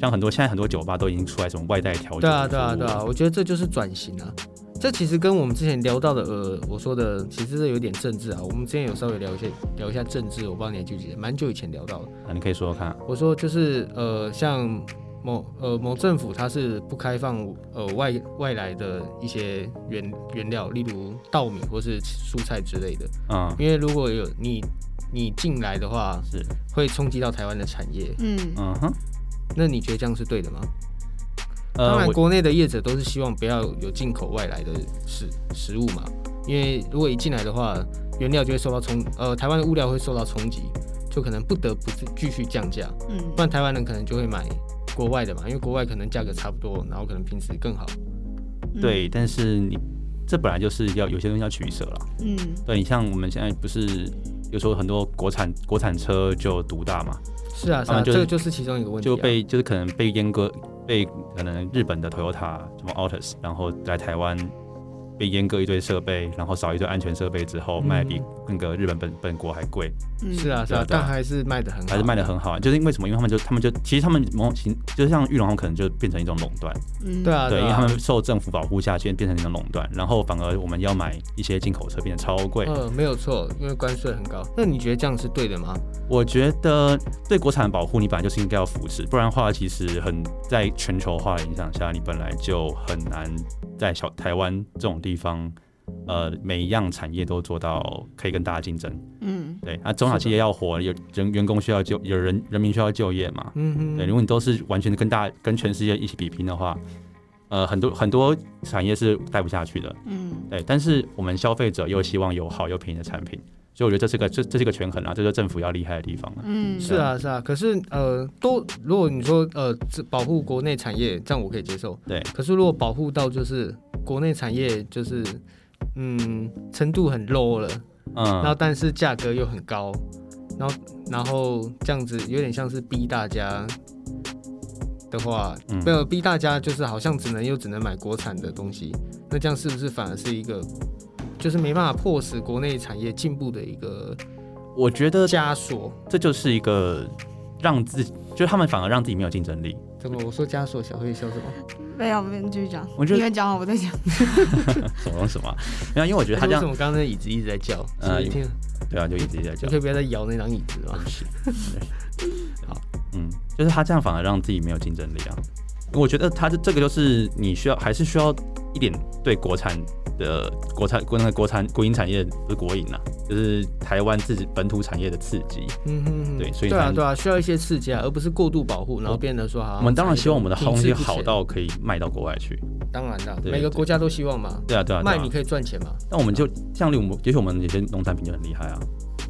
[SPEAKER 2] 像很多现在很多酒吧都已经出来什么外带调酒，
[SPEAKER 1] 对啊，对啊，对啊，，我觉得这就是转型啊。这其实跟我们之前聊到的，呃，我说的其实是有点政治啊。我们之前有稍微聊一些聊一下政治，我不知道你还记不记得，蛮久以前聊到的。
[SPEAKER 2] 啊，你可以说说看，
[SPEAKER 1] 我说就是呃，像某呃某政府它是不开放呃外外来的一些原原料，例如稻米或是蔬菜之类的，
[SPEAKER 2] 嗯，
[SPEAKER 1] 因为如果有你你进来的话，
[SPEAKER 2] 是，
[SPEAKER 1] 会冲击到台湾的产业。
[SPEAKER 3] 嗯
[SPEAKER 2] 嗯哼，
[SPEAKER 1] 那你觉得这样是对的吗？当
[SPEAKER 2] 呃，
[SPEAKER 1] 然，
[SPEAKER 2] 我
[SPEAKER 1] 国内的业者都是希望不要有进口外来的食食物嘛，因为如果一进来的话，原料就会受到冲，呃，台湾的物料会受到冲击，就可能不得不继续降价，
[SPEAKER 3] 嗯
[SPEAKER 1] 不然台湾人可能就会买国外的嘛，因为国外可能价格差不多，然后可能品质更好。
[SPEAKER 3] 嗯
[SPEAKER 1] 嗯
[SPEAKER 2] 对，但是你这本来就是要有些东西要取舍啦。
[SPEAKER 3] 嗯
[SPEAKER 2] 对你像我们现在不是有时候很多国产国产车就独大嘛，
[SPEAKER 1] 是啊，是
[SPEAKER 2] 当
[SPEAKER 1] 啊，
[SPEAKER 2] 然就
[SPEAKER 1] 这
[SPEAKER 2] 是
[SPEAKER 1] 个就是其中一个问题、啊。
[SPEAKER 2] 就被就是可能被阉割，被可能日本的 Toyota 什么 Altis，然后来台湾被阉割一堆设备，然后少一堆安全设备之后，
[SPEAKER 1] 嗯
[SPEAKER 2] 卖比那个日本本本国还贵，
[SPEAKER 3] 嗯
[SPEAKER 1] 是啊是啊
[SPEAKER 2] 对啊，对啊
[SPEAKER 1] 但还是卖的很好，
[SPEAKER 2] 还是卖的很好。啊就是因为什么？因为他们就他们就其实他们某种形，就像玉龙，他们可能就变成一种垄断，
[SPEAKER 3] 嗯
[SPEAKER 1] 对啊
[SPEAKER 2] 对，因为
[SPEAKER 1] 啊
[SPEAKER 2] 他们受政府保护下，现在变成一种垄断，然后反而我们要买一些进口车变得超贵。
[SPEAKER 1] 呃，没有错，因为关税很高。那你觉得这样是对的吗？
[SPEAKER 2] 我觉得对国产的保护，你本来就是应该要扶持，不然的话，其实很在全球化的影响下，你本来就很难在小台湾这种地方，呃，每一样产业都做到可以跟大家竞争。
[SPEAKER 3] 嗯
[SPEAKER 2] 对，啊，中小企业要活，有人员工需要就有人人民需要就业嘛。
[SPEAKER 1] 嗯哼，
[SPEAKER 2] 对，如果你都是完全跟大跟全世界一起比拼的话，呃，很多很多产业是待不下去的。
[SPEAKER 3] 嗯
[SPEAKER 2] 对，但是我们消费者又希望有好又便宜的产品，所以我觉得这是个这这是个权衡啊，这就是政府要厉害的地方啊。
[SPEAKER 3] 嗯
[SPEAKER 1] 是啊是啊，可是呃，都如果你说呃，这保护国内产业，这样我可以接受。
[SPEAKER 2] 对
[SPEAKER 1] 可是如果保护到就是国内产业就是嗯程度很 low 了，然后
[SPEAKER 2] 嗯，
[SPEAKER 1] 但是价格又很高，然后然后这样子有点像是逼大家的话，
[SPEAKER 2] 嗯
[SPEAKER 1] 没有逼大家就是好像只能又只能买国产的东西，那这样是不是反而是一个就是没办法迫使国内产业进步的一个
[SPEAKER 2] 我觉得
[SPEAKER 1] 枷锁？
[SPEAKER 2] 这就是一个让自己，就是他们反而让自己没有竞争力。
[SPEAKER 1] 怎么我说枷锁，小黑笑什么？
[SPEAKER 3] 没有，我们继续讲。
[SPEAKER 2] 我觉得
[SPEAKER 3] 你们讲完我再讲。
[SPEAKER 2] 什么东西什么啊？没有，因为我觉得他
[SPEAKER 1] 为
[SPEAKER 2] 这样
[SPEAKER 1] 什，么刚刚那椅子一直在叫？
[SPEAKER 2] 呃
[SPEAKER 1] 是不是听
[SPEAKER 2] 对啊，就一直在讲
[SPEAKER 1] 就。可以不要再摇那张椅子嘛。
[SPEAKER 2] 嗯，就是他这样反而让自己没有竞争力啊。我觉得他这这个就是你需要还是需要一点对国产的国产国那个国产国营产业不是国营啊，就是台湾自己本土产业的刺激。
[SPEAKER 1] 嗯哼哼，
[SPEAKER 2] 对所以
[SPEAKER 1] 对啊
[SPEAKER 2] 才
[SPEAKER 1] 对啊，需要一些刺激啊，而不是过度保护，然后变得说好像
[SPEAKER 2] 我们当然希望我们的
[SPEAKER 1] 停
[SPEAKER 2] 好东
[SPEAKER 1] 滞
[SPEAKER 2] 西
[SPEAKER 1] 不前
[SPEAKER 2] 好到可以卖到国外去。
[SPEAKER 1] 当然啦，
[SPEAKER 2] 对
[SPEAKER 1] 每个
[SPEAKER 2] 对
[SPEAKER 1] 国家都希望嘛，
[SPEAKER 2] 对啊，对啊，对
[SPEAKER 1] 卖
[SPEAKER 2] 啊
[SPEAKER 1] 你。可以赚钱嘛。
[SPEAKER 2] 那我们就像例如我们，也许我们有些农产品就很厉害啊。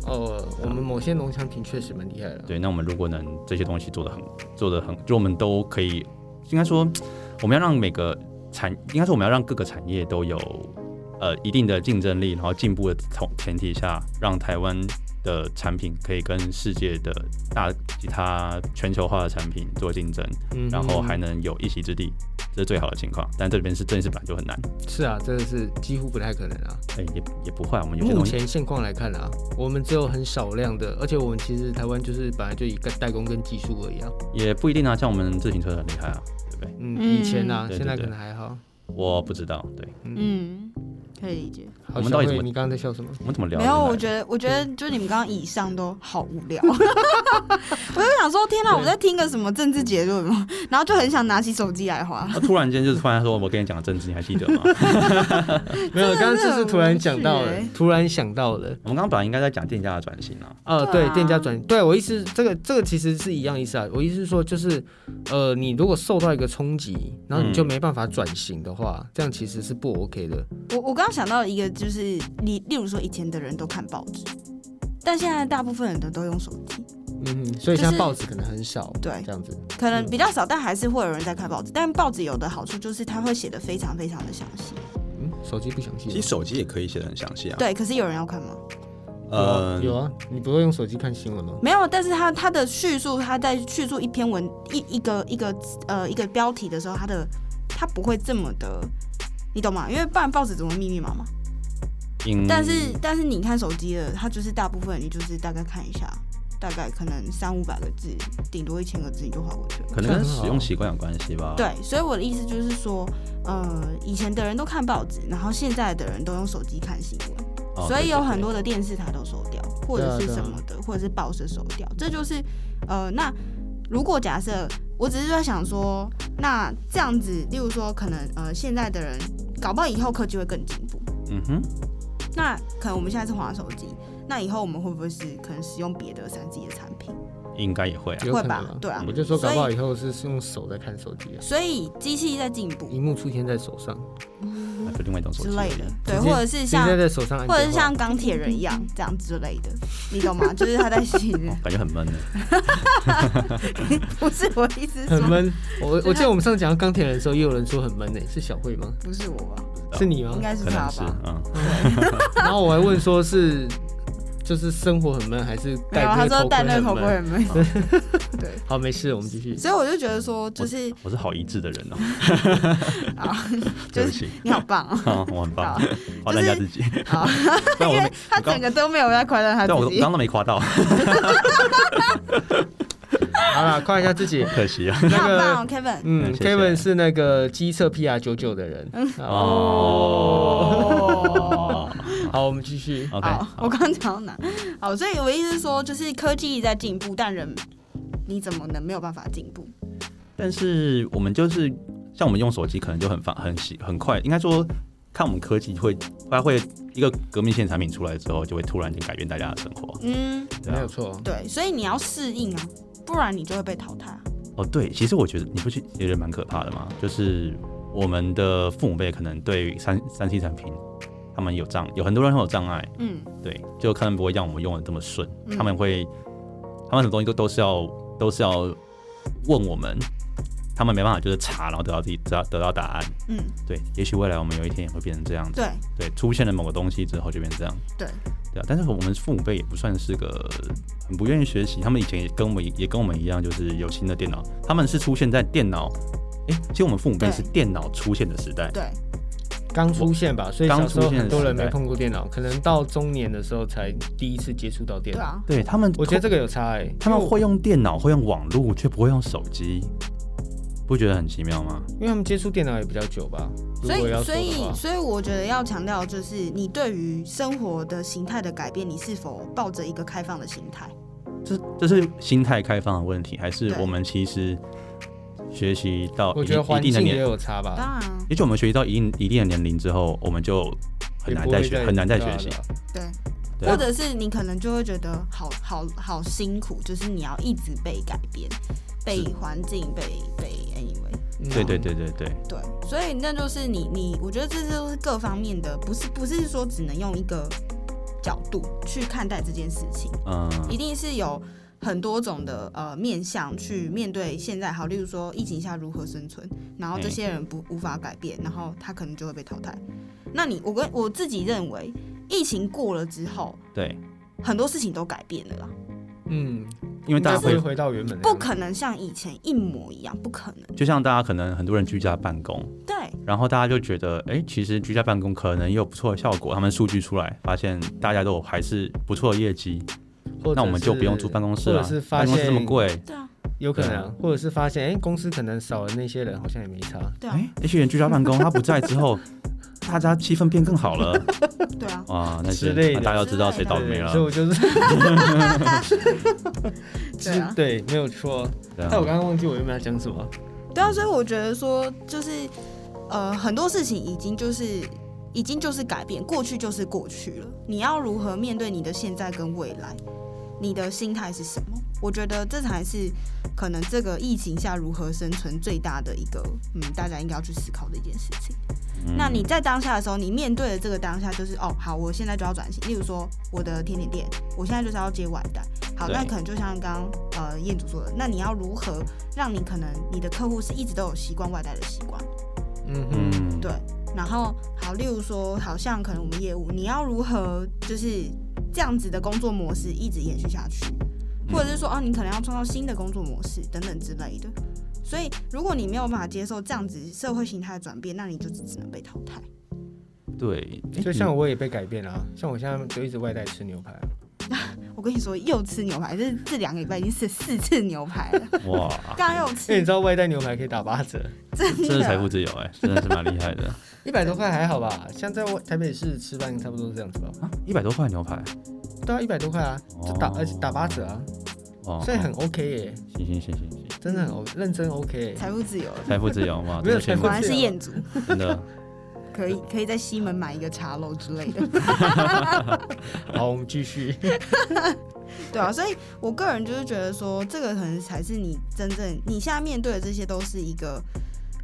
[SPEAKER 1] 哦，我们某些农产品确实蛮厉害的。
[SPEAKER 2] 啊对，那我们如果能这些东西做得很做得很，就我们都可以，应该说我们要让每个产，应该说我们要让各个产业都有呃一定的竞争力，然后进步的同前提下，让台湾的产品可以跟世界的大其他全球化的产品做竞争，
[SPEAKER 1] 嗯
[SPEAKER 2] 然后还
[SPEAKER 1] 嗯
[SPEAKER 2] 能有一席之地，这是最好的情况。但这里边是正式版就很难，
[SPEAKER 1] 是啊，这个是几乎不太可能啊。
[SPEAKER 2] 哎、也也不坏，我们有些
[SPEAKER 1] 目
[SPEAKER 2] 东西。
[SPEAKER 1] 前现况来看啊，我们只有很少量的，而且我们其实台湾就是本来就以个代工跟技术而已啊。
[SPEAKER 2] 也不一定啊，像我们自行车很厉害啊，对不对？
[SPEAKER 1] 嗯，
[SPEAKER 3] 嗯
[SPEAKER 1] 以前啊，
[SPEAKER 2] 对对
[SPEAKER 1] 现在可
[SPEAKER 2] 对
[SPEAKER 1] 能还好。
[SPEAKER 2] 我不知道，对
[SPEAKER 1] 嗯，
[SPEAKER 3] 嗯，可以理解。
[SPEAKER 1] 好
[SPEAKER 2] 我们到底
[SPEAKER 1] 小慧
[SPEAKER 2] 怎么
[SPEAKER 1] 你刚刚在笑什么？
[SPEAKER 2] 我们怎么聊
[SPEAKER 3] 没
[SPEAKER 2] 得来？啊
[SPEAKER 3] 有，我觉得，我觉
[SPEAKER 1] 嗯
[SPEAKER 3] 得就是你们刚刚以上都好无聊， <laughs> 我就想说，天哪，
[SPEAKER 1] 对
[SPEAKER 3] 我们在听个什么政治结论吗？然后就很想拿起手机来划。
[SPEAKER 2] 他突然间就是突然说：“我跟你讲政治，你还记得
[SPEAKER 3] <laughs>
[SPEAKER 2] 吗
[SPEAKER 1] 没有，
[SPEAKER 3] 真的
[SPEAKER 1] 刚刚
[SPEAKER 3] 是
[SPEAKER 1] 就是
[SPEAKER 3] 很
[SPEAKER 1] 突然
[SPEAKER 3] 无
[SPEAKER 1] 讲到
[SPEAKER 3] 趣
[SPEAKER 1] 了
[SPEAKER 3] 欸，
[SPEAKER 1] 突然想到了。？”
[SPEAKER 2] 我们刚刚本来应该在讲店家的转型啊，
[SPEAKER 1] 呃，
[SPEAKER 3] 对
[SPEAKER 1] 对
[SPEAKER 3] 啊，
[SPEAKER 1] 店家转对我意思，这个这个其实是一样意思啊。我意思是说，就是呃，你如果受到一个冲击，然后你就
[SPEAKER 2] 嗯
[SPEAKER 1] 没办法转型的话，这样其实是不 OK 的。
[SPEAKER 3] 我我刚刚想到一个，就是你，例如说以前的人都看报纸，但现在大部分人都都用手机，
[SPEAKER 1] 嗯，所以
[SPEAKER 3] 就
[SPEAKER 1] 现在
[SPEAKER 3] 是
[SPEAKER 1] 报纸可能很少，
[SPEAKER 3] 对
[SPEAKER 1] 这样子。
[SPEAKER 3] 可能比较少，但还是会有人在看报纸。但报纸有的好处就是它会写的非常非常的详细，
[SPEAKER 1] 嗯，手机不详细吗。
[SPEAKER 2] 其实手机也可以写的很详细啊。
[SPEAKER 3] 对。可是有人要看吗？
[SPEAKER 2] 呃，
[SPEAKER 1] 有啊，有啊，你不会用手机看新闻哦吗？
[SPEAKER 3] 没有，但是他他的叙述，他在叙述一篇文一一个一个呃一个标题的时候，他的他不会这么的，你懂吗？因为不然报纸怎么密密麻麻？
[SPEAKER 2] 嗯
[SPEAKER 3] 但是但是你看手机的，它就是大部分你就是大概看一下，大概可能三五百个字，顶多一千个字你就划过去了。
[SPEAKER 2] 可能跟使用习惯有关系吧。，
[SPEAKER 3] 对，所以我的意思就是说，呃，以前的人都看报纸，然后现在的人都用手机看新闻。
[SPEAKER 2] 哦
[SPEAKER 3] 所以有很。
[SPEAKER 2] 对对对
[SPEAKER 3] 多的电视台都收掉，或
[SPEAKER 1] 对啊
[SPEAKER 3] 者是
[SPEAKER 1] 对啊
[SPEAKER 3] 什么的，或者是报社收掉。这就是呃，那如果假设我只是在想说，那这样子，例如说，可能呃，现在的人搞不好以后科技会更进步，
[SPEAKER 2] 嗯哼，
[SPEAKER 3] 那可能我们现在是滑手机，那以后我们会不会是可能使用别的三 C 的产品？
[SPEAKER 2] 应该也会啊。
[SPEAKER 1] 有
[SPEAKER 3] 会
[SPEAKER 1] 可能
[SPEAKER 3] 吧
[SPEAKER 1] 啊？
[SPEAKER 3] 对啊
[SPEAKER 1] 我，就说，
[SPEAKER 3] 所
[SPEAKER 1] 搞
[SPEAKER 3] 以
[SPEAKER 1] 不好以后是是用手在看手机啊，
[SPEAKER 3] 所以机器在进步
[SPEAKER 1] 荧幕出现在手上，
[SPEAKER 2] 那就另外一种手
[SPEAKER 3] 之
[SPEAKER 2] 机而
[SPEAKER 3] 类
[SPEAKER 2] 已
[SPEAKER 3] 的，对，
[SPEAKER 1] 直接
[SPEAKER 3] 或者是
[SPEAKER 1] 直接
[SPEAKER 3] 像。
[SPEAKER 1] 在手上按电话，
[SPEAKER 3] 或者是像钢铁人一样这样之类的，你懂吗？就是他在吸，
[SPEAKER 2] 哦感觉很闷呢。
[SPEAKER 3] <laughs> 不是我意思是
[SPEAKER 1] 很
[SPEAKER 3] 说，
[SPEAKER 1] 闷。 <laughs> 我我记得我们上次讲到钢铁人的时候，也有人说很闷诶，是小慧吗？
[SPEAKER 3] 不是
[SPEAKER 2] 啊
[SPEAKER 3] 我吧？
[SPEAKER 1] 是你吗
[SPEAKER 3] 应？该是
[SPEAKER 2] 可嗯
[SPEAKER 3] 他
[SPEAKER 2] 能是
[SPEAKER 3] 吧？
[SPEAKER 2] 嗯，
[SPEAKER 1] 然后我还问说是就是生活很闷，还是
[SPEAKER 3] 没
[SPEAKER 1] 戴
[SPEAKER 3] 有，啊他
[SPEAKER 1] 那
[SPEAKER 3] 说
[SPEAKER 1] 个
[SPEAKER 3] 戴那个头
[SPEAKER 1] 头
[SPEAKER 3] 盔
[SPEAKER 1] 盔很闷？
[SPEAKER 3] 很闷。对，
[SPEAKER 1] 好，没事，我们继续。
[SPEAKER 3] 所以我就觉得说，就是
[SPEAKER 2] 我是好一致的人哦、
[SPEAKER 3] 啊，
[SPEAKER 2] 对
[SPEAKER 3] <laughs> 就
[SPEAKER 2] 不
[SPEAKER 3] 是
[SPEAKER 2] 起，
[SPEAKER 3] <laughs> 你好棒哦，
[SPEAKER 2] 啊，我很棒，夸赞一下自己，
[SPEAKER 3] <laughs> 好，
[SPEAKER 2] <laughs> 但我都
[SPEAKER 3] 因为
[SPEAKER 2] 没，
[SPEAKER 3] 他
[SPEAKER 2] <laughs> 我刚
[SPEAKER 3] 整个都没有在夸赞他
[SPEAKER 2] 但我
[SPEAKER 3] 自
[SPEAKER 2] 刚
[SPEAKER 3] 己。
[SPEAKER 2] 刚都没夸到，
[SPEAKER 1] 好了，夸一下自
[SPEAKER 2] <laughs>
[SPEAKER 1] 己。
[SPEAKER 2] 可惜啊。
[SPEAKER 3] 你
[SPEAKER 1] 那
[SPEAKER 3] 好棒
[SPEAKER 1] 个
[SPEAKER 3] 哦，Kevin。
[SPEAKER 1] 嗯
[SPEAKER 2] 嗯谢谢
[SPEAKER 1] ，Kevin 是那个机测 PR 九九的人。
[SPEAKER 3] 嗯
[SPEAKER 2] <laughs> 哦
[SPEAKER 1] 哦， <laughs> 好，我们继续。
[SPEAKER 2] ，OK，
[SPEAKER 3] 好，
[SPEAKER 2] 好
[SPEAKER 3] 我刚刚讲到哪？好，所以我的意思是说，就是科技一直在进步，但人你怎么能没有办法进步？
[SPEAKER 2] 但是我们就是像我们用手机，可能就很方很喜很快，应该说看我们科技会，它会一个革命性产品出来之后，就会突然间改变大家的生活。
[SPEAKER 3] 嗯，
[SPEAKER 2] 对
[SPEAKER 1] 没
[SPEAKER 2] 啊
[SPEAKER 1] 有，错，
[SPEAKER 3] 对，所以你要适应啊，不然你就会被淘汰啊。
[SPEAKER 2] 哦对，其实我觉得你不去也觉得蛮可怕的嘛，就是我们的父母辈可能对三三 C 产品，他们有障，有很多人很有障碍，
[SPEAKER 3] 嗯
[SPEAKER 2] 对，就可能不会让我们用的这么顺，
[SPEAKER 3] 嗯
[SPEAKER 2] 他们会，他们很多东西都都是要都是要问我们，他们没办法就是查，然后得到自己得到得到答案。
[SPEAKER 3] 嗯，
[SPEAKER 2] 对，也许未来我们有一天也会变成这样子。
[SPEAKER 3] 对
[SPEAKER 2] 对，出现了某个东西之后就变成这样。
[SPEAKER 3] 对，
[SPEAKER 2] 对啊。但是我们父母辈也不算是个很不愿意学习，他们以前也跟我们也跟我们一样，就是有新的电脑，他们是出现在电脑。哎、其实我们父母辈
[SPEAKER 3] 对
[SPEAKER 2] 是电脑出现的时代。
[SPEAKER 3] 对，
[SPEAKER 1] 刚出现吧，所以
[SPEAKER 2] 刚
[SPEAKER 1] 小时候
[SPEAKER 2] 出现的
[SPEAKER 1] 很多人没
[SPEAKER 2] 时代
[SPEAKER 1] 碰过电脑，可能到中年的时候才第一次接触到电
[SPEAKER 3] 对
[SPEAKER 1] 脑。
[SPEAKER 3] 啊，
[SPEAKER 2] 对他们，
[SPEAKER 1] 我觉得这个有差哎，
[SPEAKER 2] 他们会用电脑，会用网络，却不会用手机，不觉得很奇妙吗？
[SPEAKER 1] 因为他们接触电脑也比较久吧。如
[SPEAKER 3] 所
[SPEAKER 1] 果
[SPEAKER 3] 以
[SPEAKER 1] 要说
[SPEAKER 3] 所
[SPEAKER 1] 的
[SPEAKER 3] 以
[SPEAKER 1] 话，
[SPEAKER 3] 所以我觉得要强调的就是，你对于生活的形态的改变，你是否抱着一个开放的心态？
[SPEAKER 2] 这这是心态开放的问题，还是
[SPEAKER 3] 对
[SPEAKER 2] 我们其实学习到
[SPEAKER 1] 我
[SPEAKER 2] 哦一
[SPEAKER 1] 觉得
[SPEAKER 2] 定一
[SPEAKER 1] 环
[SPEAKER 2] 定的
[SPEAKER 1] 境也
[SPEAKER 2] 年，
[SPEAKER 1] 有差吧，
[SPEAKER 3] 当然啊，
[SPEAKER 2] 也许我们学习到一定一定的年龄之后，我们就很
[SPEAKER 1] 也
[SPEAKER 2] 难
[SPEAKER 1] 不
[SPEAKER 2] 再
[SPEAKER 1] 会
[SPEAKER 2] 学，很难再
[SPEAKER 1] 对啊
[SPEAKER 2] 学习
[SPEAKER 1] 对。啊
[SPEAKER 3] 对。
[SPEAKER 2] 对啊
[SPEAKER 3] 或者是你可能就会觉得好好好辛苦，就是你要一直被改变，被环境，被被 anyway，
[SPEAKER 1] 嗯
[SPEAKER 2] 对对对对对，
[SPEAKER 3] 对，所以那就是你你，我觉得这就是各方面的，不是不是说只能用一个角度去看待这件事情，
[SPEAKER 2] 嗯，
[SPEAKER 3] 一定是有很多种的呃面向去面对现在好，例如说疫情下如何生存，然后这
[SPEAKER 2] 嗯
[SPEAKER 3] 些人不无法改变，然后他可能就会被淘汰。那你我跟我自己认为，疫情过了之后，
[SPEAKER 2] 对，
[SPEAKER 3] 很多事情都改变了啦，
[SPEAKER 1] 嗯，
[SPEAKER 2] 因为大家
[SPEAKER 1] 应该不
[SPEAKER 2] 会
[SPEAKER 1] 回到原本的
[SPEAKER 3] 不
[SPEAKER 1] 样子
[SPEAKER 3] 可能像以前一模一样，不可能。
[SPEAKER 2] 就像大家可能很多人居家办公，
[SPEAKER 3] 对
[SPEAKER 2] 然后大家就觉得，哎、其实居家办公可能也有不错的效果，他们数据出来发现大家都有还是不错的业绩，
[SPEAKER 1] 或者
[SPEAKER 2] 那我们就是不用住办公室啊
[SPEAKER 1] 或
[SPEAKER 2] 了
[SPEAKER 1] 者是，发
[SPEAKER 2] 办公室
[SPEAKER 1] 现
[SPEAKER 2] 这么贵。
[SPEAKER 3] 对啊，
[SPEAKER 1] 有可能
[SPEAKER 2] 对
[SPEAKER 1] 啊，或者是发现哎，公司可能少了那些人，好像也没差。
[SPEAKER 3] 对
[SPEAKER 2] 哎、
[SPEAKER 3] 啊，
[SPEAKER 2] 也许人居家办公，他不在之后，大家气氛变更好了
[SPEAKER 1] <laughs>
[SPEAKER 3] 对啊，
[SPEAKER 2] 啊，那些
[SPEAKER 1] 之类的
[SPEAKER 2] 大家知道谁倒
[SPEAKER 1] 对，
[SPEAKER 2] 霉了
[SPEAKER 1] 所以。我就是
[SPEAKER 3] 对啊。
[SPEAKER 1] 对，没有错。
[SPEAKER 2] 对
[SPEAKER 1] 但我
[SPEAKER 2] 啊，
[SPEAKER 1] 刚刚忘记我原本要讲什么。
[SPEAKER 3] 对啊，所以我觉得说，就是呃，很多事情已经就是已经就是改变，过去就是过去了。你要如何面对你的现在跟未来？你的心态是什么？我觉得这才是可能这个疫情下如何生存最大的一个，嗯，大家应该要去思考的一件事情。
[SPEAKER 2] 嗯
[SPEAKER 3] 那你在当下的时候，你面对的这个当下就是哦，好，我现在就要转型。例如说我的甜点店，我现在就是要接外带。好，
[SPEAKER 2] 对
[SPEAKER 3] 那可能就像刚刚呃燕主说的，那你要如何让你可能你的客户是一直都有习惯外带的习惯？
[SPEAKER 1] 嗯哼，
[SPEAKER 2] 嗯，
[SPEAKER 3] 对。然后好，例如说，好像可能我们业务，你要如何就是这样子的工作模式一直延续下去，
[SPEAKER 2] 嗯
[SPEAKER 3] 或者是说，哦、你可能要创造新的工作模式等等之类的。所以，如果你没有办法接受这样子社会形态的转变，那你就只能被淘汰。
[SPEAKER 2] 对，嗯诶
[SPEAKER 1] 就像我也被改变了啊，像我现在就一直外带吃牛排啊。
[SPEAKER 3] 我跟你说，又吃牛排，这这两个礼拜已经吃四次牛排了，
[SPEAKER 2] <laughs> 你哇，
[SPEAKER 3] 刚又
[SPEAKER 1] 因为
[SPEAKER 2] 哎
[SPEAKER 3] 吃
[SPEAKER 1] 你知，道外带牛排可以打八折，
[SPEAKER 3] 真
[SPEAKER 2] 真是财富
[SPEAKER 3] 的。
[SPEAKER 2] 自由哎、真的是蛮厉害的
[SPEAKER 1] 一百多块还好吧？像在我台北市吃饭差不多是这样子吧？
[SPEAKER 2] 啊， <laughs> 一百多块牛排
[SPEAKER 1] 对啊，一百多块啊，就打而且打八折啊，
[SPEAKER 2] 哦，
[SPEAKER 1] 所以很 OK 耶，
[SPEAKER 2] 行行行行行，
[SPEAKER 1] 真的很 O，认真 OK 耶。
[SPEAKER 3] 财富自
[SPEAKER 2] <laughs>
[SPEAKER 3] 由了，
[SPEAKER 2] 财富自由哇，
[SPEAKER 1] <laughs> 没
[SPEAKER 2] 真
[SPEAKER 1] 有
[SPEAKER 2] 的羡
[SPEAKER 1] 财富
[SPEAKER 2] 慕
[SPEAKER 3] 果，然是彦祖，
[SPEAKER 2] 真的
[SPEAKER 3] 可以可以在西门买一个茶楼之类
[SPEAKER 2] <laughs>
[SPEAKER 3] 的，
[SPEAKER 1] 好，我们继续。
[SPEAKER 3] 对啊，所以我个人就是觉得说，这个可能才是你真正你现在面对的这些都是一个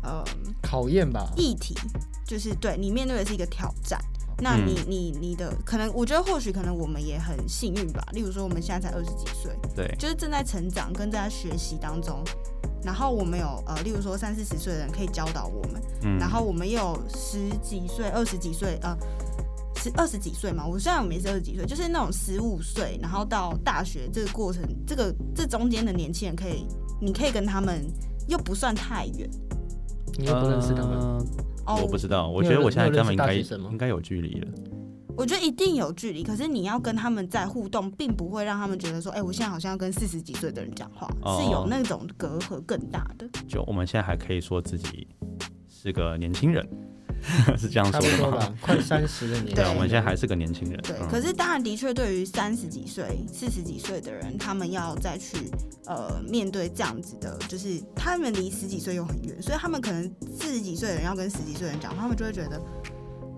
[SPEAKER 3] 呃
[SPEAKER 1] 考验吧，
[SPEAKER 3] 议题，就是对你面对的是一个挑战。那你
[SPEAKER 2] 嗯
[SPEAKER 3] 你你的可能，我觉得或许可能我们也很幸运吧。例如说，我们现在才二十几岁，
[SPEAKER 2] 对，
[SPEAKER 3] 就是正在成长跟正在学习当中。然后我们有呃，例如说三四十岁的人可以教导我们，
[SPEAKER 2] 嗯
[SPEAKER 3] 然后我们也有十几岁、二十几岁呃。十二十几岁嘛，我虽然我没是二十几岁，就是那种十五岁，然后到大学这个过程，这个这中间的年轻人可以，你可以跟他们又不算太远
[SPEAKER 1] 你又不认识他们，
[SPEAKER 2] 呃
[SPEAKER 3] 哦。
[SPEAKER 2] 我不知道，我
[SPEAKER 1] 你
[SPEAKER 2] 觉
[SPEAKER 1] 有
[SPEAKER 2] 得我现在
[SPEAKER 1] 你有
[SPEAKER 2] 跟他们应该
[SPEAKER 1] 认识大学生吗
[SPEAKER 2] 应该有距离了。
[SPEAKER 3] 我觉得一定有距离，可是你要跟他们在互动，并不会让他们觉得说，哎、我现在好像要跟四十几岁的人讲话，
[SPEAKER 2] 哦
[SPEAKER 3] 是有那种隔阂更大的。
[SPEAKER 2] 就我们现在还可以说自己是个年轻人， <laughs> 是这样
[SPEAKER 1] 差
[SPEAKER 2] 说
[SPEAKER 1] 不多
[SPEAKER 2] 的吗？
[SPEAKER 1] 吧，快三十的年纪。
[SPEAKER 3] 对
[SPEAKER 2] 我们现在还是个年轻人。
[SPEAKER 3] 对，
[SPEAKER 2] 嗯
[SPEAKER 3] 可是当然的确，对于三十几岁、四十几岁的人，他们要再去呃面对这样子的，就是他们离十几岁又很远，所以他们可能四十几岁的人要跟十几岁的人讲话，他们就会觉得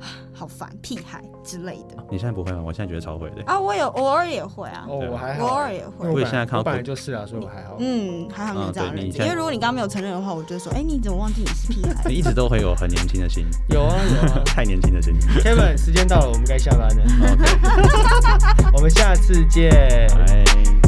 [SPEAKER 3] 啊好烦、屁孩之类的。
[SPEAKER 2] 你现在不会吗？我现在觉得超会的。
[SPEAKER 3] 啊，我有偶尔也会啊，
[SPEAKER 1] 哦，我还
[SPEAKER 3] 我偶
[SPEAKER 1] 好
[SPEAKER 3] 尔。也
[SPEAKER 1] 因
[SPEAKER 3] 会
[SPEAKER 1] 为。
[SPEAKER 2] 我
[SPEAKER 1] 本
[SPEAKER 2] 也
[SPEAKER 1] 来
[SPEAKER 2] 现在看到
[SPEAKER 1] 我本来
[SPEAKER 2] 过
[SPEAKER 1] 就是啊，所以我还好。
[SPEAKER 3] 嗯，还好没有这样
[SPEAKER 2] 嗯对
[SPEAKER 3] 认
[SPEAKER 2] 你
[SPEAKER 3] 知，
[SPEAKER 2] 现在
[SPEAKER 3] 因为如果你刚刚没有承认的话，我就会说，哎、你怎么忘记你是屁孩？
[SPEAKER 2] 你一直都会有很年轻的心，
[SPEAKER 1] 有啊有啊
[SPEAKER 2] 太年
[SPEAKER 1] <laughs>
[SPEAKER 2] 轻的心。
[SPEAKER 1] ，Kevin，时间到了，我们该下班了。 <laughs>
[SPEAKER 2] OK，
[SPEAKER 1] 我们下次见。
[SPEAKER 2] 拜。